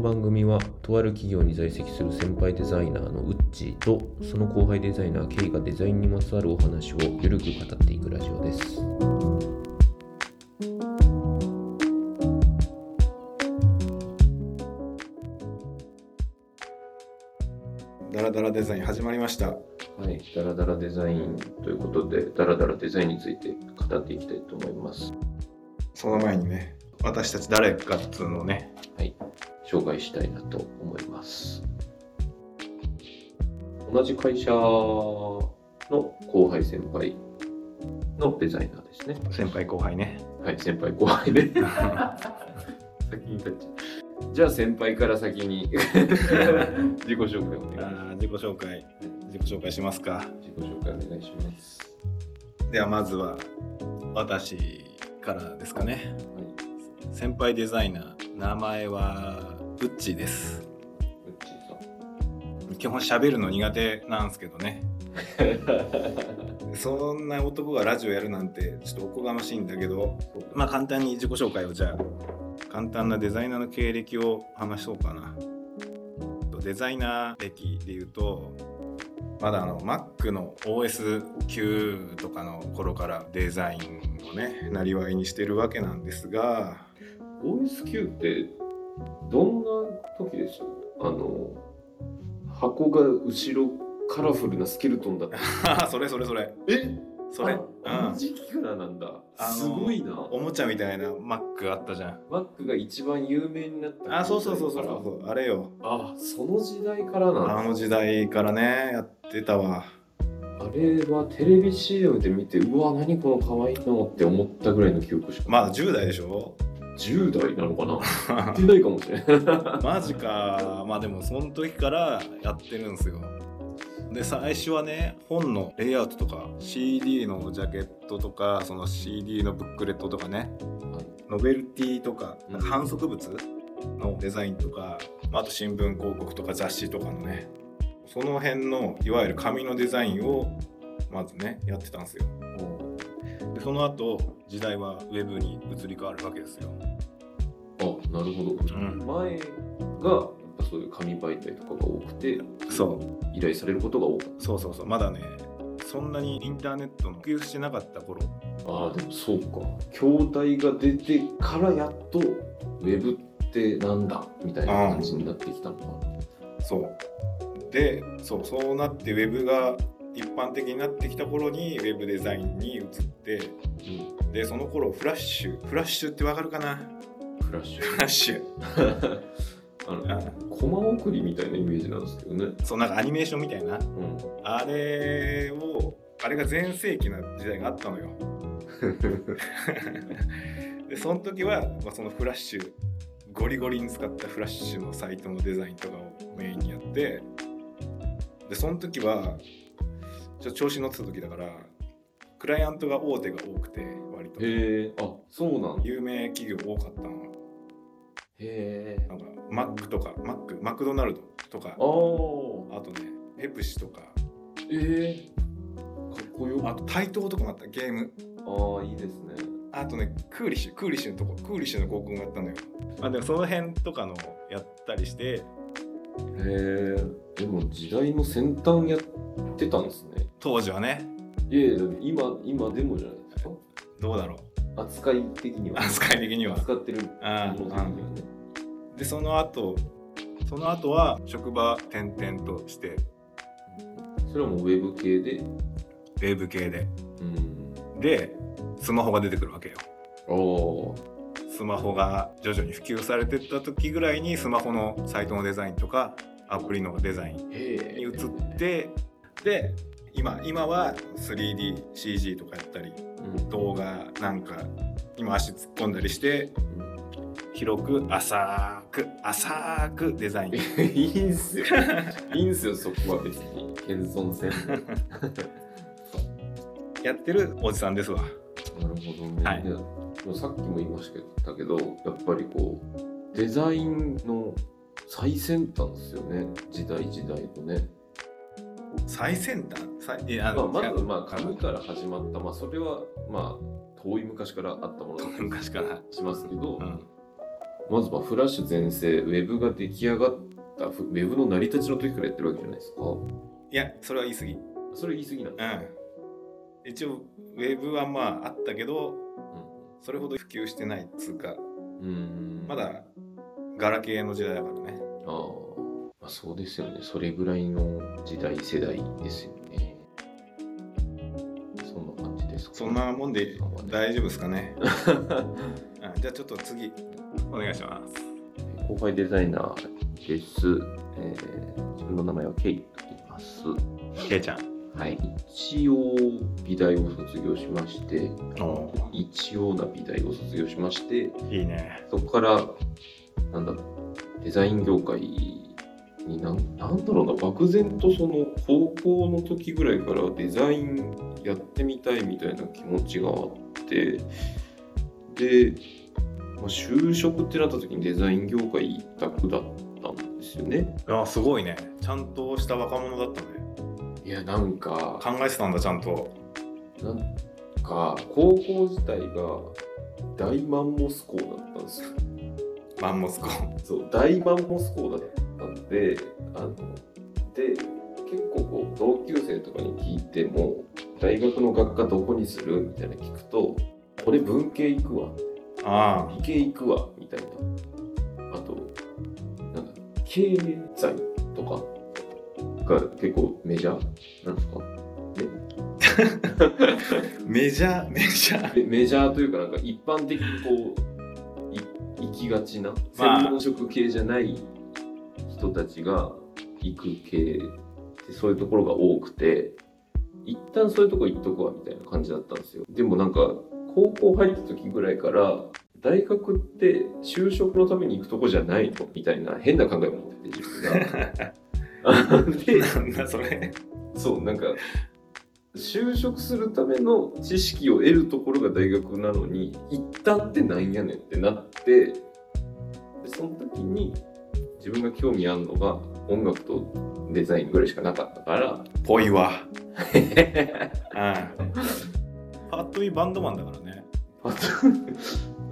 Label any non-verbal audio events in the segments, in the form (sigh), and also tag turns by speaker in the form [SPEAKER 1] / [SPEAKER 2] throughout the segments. [SPEAKER 1] 番組はとある企業に在籍する先輩デザイナーのウッチーとその後輩デザイナーケイがデザインにまつわるお話をゆるく語っていくラジオです
[SPEAKER 2] ダラダラデザイン始まりました。
[SPEAKER 1] はいダラダラデザインということでダラダラデザインについて語っていきたいと思います
[SPEAKER 2] その前にね、私たち誰かっつうのをね、
[SPEAKER 1] 紹介したいなと思います同じ会社の後輩先輩のデザイナーですね
[SPEAKER 2] 先輩後輩ね。
[SPEAKER 1] はい、先輩後輩
[SPEAKER 2] (laughs)
[SPEAKER 1] で。先に立っちゃう。じゃあ先輩から先に
[SPEAKER 2] (laughs)
[SPEAKER 1] 自己紹介お願い
[SPEAKER 2] あー自己紹介、自己紹介しますか。
[SPEAKER 1] 自己紹介お願いします。
[SPEAKER 2] ではまずは私からですかね。
[SPEAKER 1] はい、
[SPEAKER 2] 先輩デザイナー、名前はウッチーです。
[SPEAKER 1] うっち
[SPEAKER 2] 基本喋るの苦手なんですけどね。
[SPEAKER 1] ー
[SPEAKER 2] そんな男がラジオやるなんてちょっとおこがましいんだけど、まあ簡単に自己紹介をじゃあ簡単なデザイナーの経歴を話そうかなデザイナー歴で言うとまだあの Mac の OS9 とかの頃からデザインをねなりわいにしてるわけなんですが (laughs)
[SPEAKER 1] さん。OSQ ってどんな時でしょうあの、箱が後ろカラフルなスケルトンだ
[SPEAKER 2] (laughs)
[SPEAKER 1] った。
[SPEAKER 2] それそれそれ
[SPEAKER 1] え
[SPEAKER 2] それ、う
[SPEAKER 1] あの
[SPEAKER 2] ん、
[SPEAKER 1] 時期からなんだ。
[SPEAKER 2] あの
[SPEAKER 1] すごいな。
[SPEAKER 2] おもちゃみたいな Mac あったじゃん
[SPEAKER 1] マックが一番有名になった。
[SPEAKER 2] あそうそうそうそうそうそ。うあれよ
[SPEAKER 1] あ、その時代からなんだ。
[SPEAKER 2] あの時代からねやってたわ
[SPEAKER 1] あれはテレビ CM で見てうわ何この可愛いのって思ったぐらいの記憶しか
[SPEAKER 2] まだ10代でしょ
[SPEAKER 1] 10代なのか (laughs) な言ってないかもしれない
[SPEAKER 2] マジかまあでもその時からやってるんですよで最初はね本のレイアウトとか CD のジャケットとかその CD のブックレットとかねノベルティとか
[SPEAKER 1] うん
[SPEAKER 2] 反則物のデザインとか、まあ、あと新聞広告とか雑誌とかのねその辺のいわゆる紙のデザインをまずねやってたんですよでその後時代はウェブに移り変わるわけですよ
[SPEAKER 1] あなるほど、
[SPEAKER 2] うん
[SPEAKER 1] 前がやっぱそういう紙媒体とかが多くて
[SPEAKER 2] そう
[SPEAKER 1] 依頼されることが多かっ
[SPEAKER 2] そうそうそうまだねそんなにインターネットの普及してなかった頃
[SPEAKER 1] たああでもそうか筐体が出てからやっとウェブってなんだみたいな感じになってきたのかな
[SPEAKER 2] そうでそうそうなってウェブが一般的になってきた頃にウェブデザインに移ってでその頃フラッシュフラッシュってわかるかな
[SPEAKER 1] うんフラッシ (laughs)
[SPEAKER 2] フラッシュ
[SPEAKER 1] ュあの
[SPEAKER 2] あ
[SPEAKER 1] コマ送りみたいなイメージなんですけどね、
[SPEAKER 2] そうなんかアニメーションみたいな
[SPEAKER 1] うん、
[SPEAKER 2] あれをあれが全盛期な時代があったの
[SPEAKER 1] (laughs)
[SPEAKER 2] よでその時は、まあ、そのフラッシュゴリゴリに使ったフラッシュのサイトのデザインとかをメインにやってでその時はちょっと調子乗ってた時だからクライアントが大手が多くて割と
[SPEAKER 1] へえあそうなんだへ
[SPEAKER 2] 有名企業多かったの
[SPEAKER 1] え
[SPEAKER 2] なんかマックとかマックマクドナルドと
[SPEAKER 1] あ
[SPEAKER 2] か
[SPEAKER 1] あ
[SPEAKER 2] あとねペプシとか
[SPEAKER 1] ええかっこよ
[SPEAKER 2] あと台頭とかもあったゲーム
[SPEAKER 1] ああいいですね
[SPEAKER 2] あとねクーリッシュクーリッシュのとこクーリッシュの広告があったのよあでもその辺とかのやったりして
[SPEAKER 1] へえでも時代の先端やってたんですね
[SPEAKER 2] 当時はね
[SPEAKER 1] いやいや今今でもじゃないですか
[SPEAKER 2] どうだろ (laughs) う
[SPEAKER 1] 扱い的には
[SPEAKER 2] 扱い的には
[SPEAKER 1] 扱ってるも
[SPEAKER 2] あ
[SPEAKER 1] の的には
[SPEAKER 2] あ
[SPEAKER 1] ね
[SPEAKER 2] でその後その後は職場転々として
[SPEAKER 1] それはもうウェブ系で
[SPEAKER 2] ウェブ系で
[SPEAKER 1] うん
[SPEAKER 2] でスマホが出てくるわけよ
[SPEAKER 1] ああ
[SPEAKER 2] スマホが徐々に普及されてった時ぐらいにスマホのサイトのデザインとかアプリのデザイン
[SPEAKER 1] へえ
[SPEAKER 2] に移ってで今今は 3DCG とかやったり
[SPEAKER 1] うん
[SPEAKER 2] 動画なんか今足突っ込んだりして広く浅く浅くデザイン
[SPEAKER 1] (laughs) いいんすよいいんすよそこは別に謙遜せんで
[SPEAKER 2] やってるおじさんですわ
[SPEAKER 1] なるほどね。
[SPEAKER 2] はい
[SPEAKER 1] でもさっきも言いましたけど、やっぱりこう、デザインの最先端ですよね、時代時代とね。
[SPEAKER 2] 最先端最いやあ
[SPEAKER 1] まあ、
[SPEAKER 2] の
[SPEAKER 1] ま
[SPEAKER 2] 違
[SPEAKER 1] ず、
[SPEAKER 2] う
[SPEAKER 1] まあ、紙から始まった、まあ、それは、まあ、遠い昔からあったものだったり
[SPEAKER 2] (laughs) 昔から
[SPEAKER 1] しますけど、
[SPEAKER 2] うん
[SPEAKER 1] まずはフラッシュ全盛、ウェブが出来上がった、ウェブの成り立ちの時からやってるわけじゃないですか。
[SPEAKER 2] いやそれは言い過ぎう
[SPEAKER 1] それ言い過ぎなんだ。
[SPEAKER 2] ん一応ウェブはまああったけど
[SPEAKER 1] う
[SPEAKER 2] それほど普及してないっつうか
[SPEAKER 1] ん。うん
[SPEAKER 2] ま。だガラケーの時代だからね
[SPEAKER 1] ああ。まあ、そうですよね。それぐらいの時代、世代ですよね。そんな感じですか、
[SPEAKER 2] そんなもんで (laughs) 大丈夫ですかね、うん、じゃあちょっと次お願いします
[SPEAKER 1] 後輩デザイナーです。えー自分の名前はケイと言います。
[SPEAKER 2] けいちゃん
[SPEAKER 1] はい。一応、美大を卒業しまして、
[SPEAKER 2] お
[SPEAKER 1] 一応な美大を卒業しまして、
[SPEAKER 2] いいね
[SPEAKER 1] そこから、なんだろう、デザイン業界になん、なんだろうな、漠然とその高校の時ぐらいからデザインやってみたいみたいな気持ちがあって、で、まあ、就職ってなった時にデザイン業界一択だったんですよね。
[SPEAKER 2] あすごいねちゃんとした若者だったね
[SPEAKER 1] いや、なんか、
[SPEAKER 2] 考えてたんだちゃんと
[SPEAKER 1] なんか、高校自体が大マンモス校だったんですよ。
[SPEAKER 2] マンモスコ
[SPEAKER 1] そう大マンモス校だったんであので結構こう同級生とかに聞いても大学の学科どこにするみたいな聞くと俺文系行くわ
[SPEAKER 2] あ
[SPEAKER 1] 理系行くわみたいなあとなんか経済とかが結構メジャーなんですか
[SPEAKER 2] あメジャーメジャー
[SPEAKER 1] メメジャーというかなんか一般的にこうい行きがちな
[SPEAKER 2] まあ
[SPEAKER 1] 専門職系じゃない人たちが行く系ってそういうところが多くて一旦そういうとこ行っとくわみたいな感じだったんですよでもなんか高校入った時ぐらいから大学って就職のために行くとこじゃないのみたいな変な考えを持ってて自分がで
[SPEAKER 2] (laughs) なんだそれ
[SPEAKER 1] そうなんか就職するための知識を得るところが大学なのに行ったってなんやねんってなってでその時に自分が興味あるのが音楽とデザインぐらいしかなかったから
[SPEAKER 2] ぽいわうんパッと見バンドマンだからね
[SPEAKER 1] (laughs) あと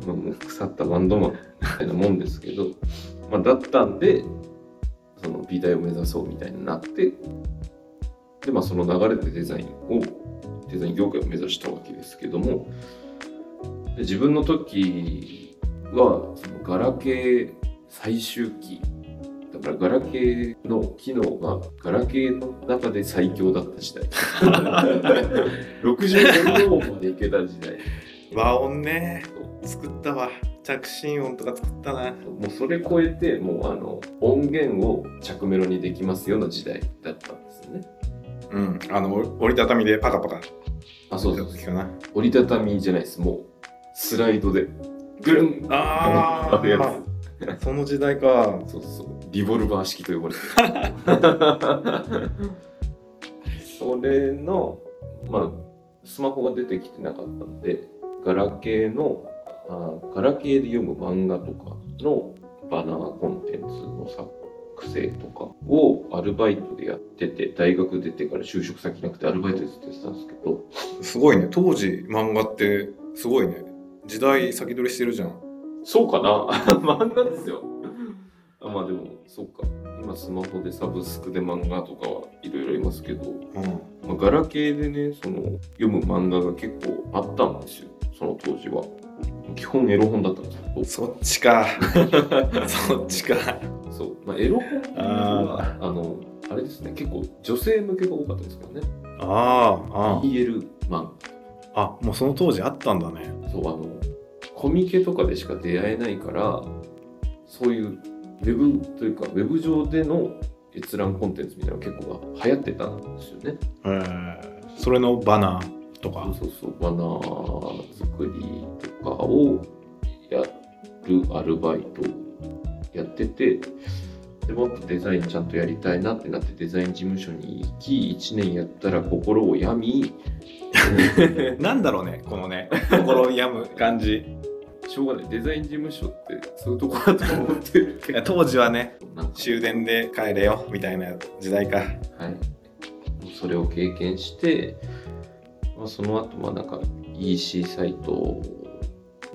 [SPEAKER 1] まあもう腐ったバンドマンみたいなもんですけど、 (laughs) まあ、だったんでその美大を目指そうみたいになってで、まあ、その流れでデザインをデザイン業界を目指したわけですけどもで自分の時はそのガラケー最終期だからガラケーの機能がガラケーの中で最強だった時代 (laughs) 64秒までいけた時代
[SPEAKER 2] 和音ね作ったわ着信音とか作ったな
[SPEAKER 1] もうそれ超えてもうあの音源を着メロにできますような時代だったんですよね。
[SPEAKER 2] うんあの折りたたみでパカパカ
[SPEAKER 1] あそうそう
[SPEAKER 2] 聞くな
[SPEAKER 1] 折りたたみじゃないですもうスライドでぐるん
[SPEAKER 2] あー
[SPEAKER 1] あるや
[SPEAKER 2] その時代か
[SPEAKER 1] そうそうリボルバー式と呼ばれてるそれのまあスマホが出てきてなかったんでガラケーのあガラケーで読む漫画とかのバナーコンテンツの作成とかをアルバイトでやってて大学出てから就職先なくてアルバイトでずっとやってたんですけど
[SPEAKER 2] すごいね当時漫画ってすごいね時代先取りしてるじゃん
[SPEAKER 1] そうかな (laughs) 漫画ですよ。あまあでも、そうか。今スマホでサブスクで漫画とかはいろいろいますけど、
[SPEAKER 2] うん
[SPEAKER 1] まあ、ガラケーでね、その読む漫画が結構あったんですよ。その当時は。基本エロ本だったんですけど、
[SPEAKER 2] そっちか (laughs) そっちか
[SPEAKER 1] そう。まあエロ本っていうのは、あの、あれですね、結構女性向けが多かったですからね。
[SPEAKER 2] ああ
[SPEAKER 1] BL 漫
[SPEAKER 2] ああもうその当時あったんだね
[SPEAKER 1] 画。そう、あの、コミケとかでしか出会えないから、そういうウェブというか、ウェブ上での閲覧コンテンツみたいなのが結構流行ってたんですよね。
[SPEAKER 2] えー、それのバナーとか
[SPEAKER 1] そうそうそう、バナー作りとかをやるアルバイトやってて、でもっとデザインちゃんとやりたいなってなってデザイン事務所に行き1年やったら心を病み
[SPEAKER 2] (laughs) なんだろうねこのね心病む感じ
[SPEAKER 1] しょうがないデザイン事務所ってそういうとこだと思ってる
[SPEAKER 2] いや当時はね
[SPEAKER 1] (laughs) なんか
[SPEAKER 2] 終電で帰れよみたいな時代か
[SPEAKER 1] はい、もうそれを経験して、まあ、その後まあなんか EC サイト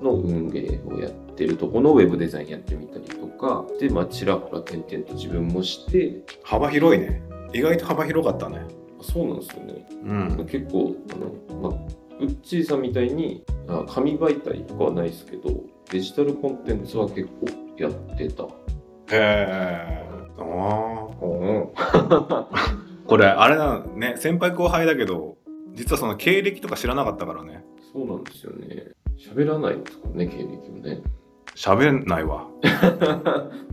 [SPEAKER 1] の運営をやってるとこのウェブデザインやってみたりとかで、まあ、ちらほら点々と自分もして
[SPEAKER 2] 幅広いね意外と幅広かったね
[SPEAKER 1] そうなんですよね
[SPEAKER 2] うん
[SPEAKER 1] 結構あの、まあ、ウッチーさんみたいにあ紙媒体とかはないですけどデジタルコンテンツは結構やってた
[SPEAKER 2] へえああこれあれなのね先輩後輩だけど実はその経歴とか知らなかったからね
[SPEAKER 1] そうなんですよね喋らないですからね経歴をね
[SPEAKER 2] 喋んないわ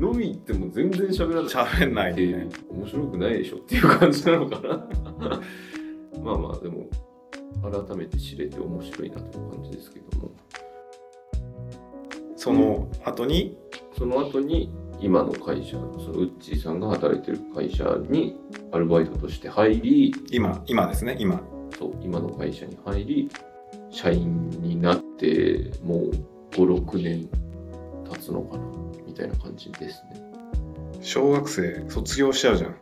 [SPEAKER 1] 飲み行っても全然喋らない
[SPEAKER 2] 喋んないね
[SPEAKER 1] 面白くないでしょっていう感じなのかな (laughs) まあまあでも改めて知れて面白いなという感じですけども
[SPEAKER 2] その後に
[SPEAKER 1] その後に今の会社そのウッチーさんが働いてる会社にアルバイトとして入り
[SPEAKER 2] 今今ですね今
[SPEAKER 1] そう今の会社に入り社員になってもう56年経つのかなみたいな感じですね
[SPEAKER 2] 小学生卒業しちゃうじゃん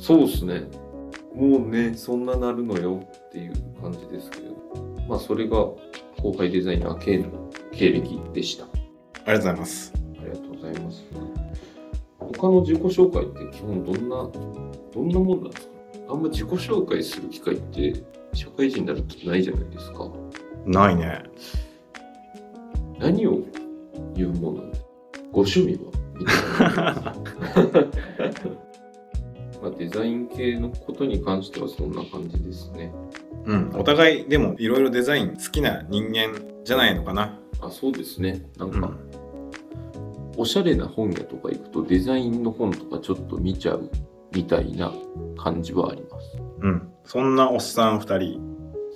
[SPEAKER 1] そうですね。もうね、そんななるのよっていう感じですけど。まあ、それが後輩デザイナー K の経歴でした。あ
[SPEAKER 2] ありがとうございます
[SPEAKER 1] りがとうございます。他の自己紹介って基本どんな、どんなもんなんですかあんま自己紹介する機会って社会人になるとないじゃないですか。
[SPEAKER 2] ないね
[SPEAKER 1] 何を言うものなんですかご趣味はみたいな。 (laughs) まあデザイン系のことに関してはそんな感じですね。
[SPEAKER 2] うんお互いでもいろいろデザイン好きな人間じゃないのかな
[SPEAKER 1] あそうですねなん
[SPEAKER 2] う
[SPEAKER 1] か、
[SPEAKER 2] ん
[SPEAKER 1] おしゃれな本屋とか行くとデザインの本とかちょっと見ちゃうみたいな感じはあります
[SPEAKER 2] うんそんなおっさん2人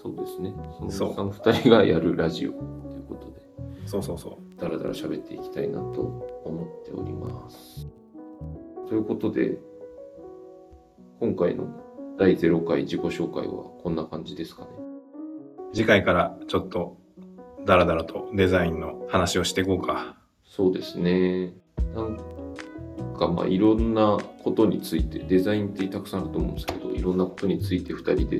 [SPEAKER 1] そうですねそ
[SPEAKER 2] そう
[SPEAKER 1] のおっさん2人がやるラジオということで
[SPEAKER 2] そうそうそう
[SPEAKER 1] だらだら喋っていきたいなと思っておりますということで今回の第0回自己紹介はこんな感じですかね
[SPEAKER 2] 次回からちょっとダラダラとデザインの話をしていこうか
[SPEAKER 1] そうですね。なんかまあいろんなことについてデザインってたくさんあると思うんですけどいろんなことについて2人で、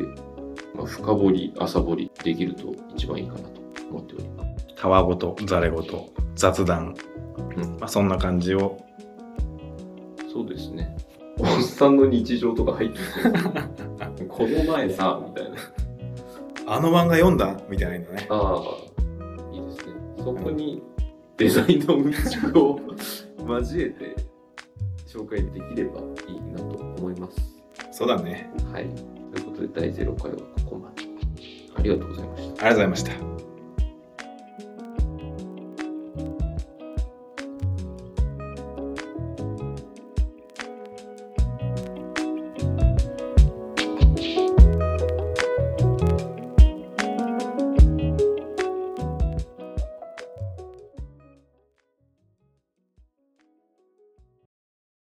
[SPEAKER 1] まあ、深掘り浅掘りできると一番いいかなと思っております。
[SPEAKER 2] 皮ごとざれごと雑談、
[SPEAKER 1] うん
[SPEAKER 2] まあ、そんな感じを
[SPEAKER 1] そうですね。おっさんの日常とか入ってくるこの前さみたいな。
[SPEAKER 2] あの漫画読んだみたいなね
[SPEAKER 1] ああいいですね。そこにデザインのうんちくを (laughs) 交えて紹介できればいいなと思います。
[SPEAKER 2] そうだね
[SPEAKER 1] はい。ということで、第0回はここまで。ありがとうございました。
[SPEAKER 2] ありがとうございました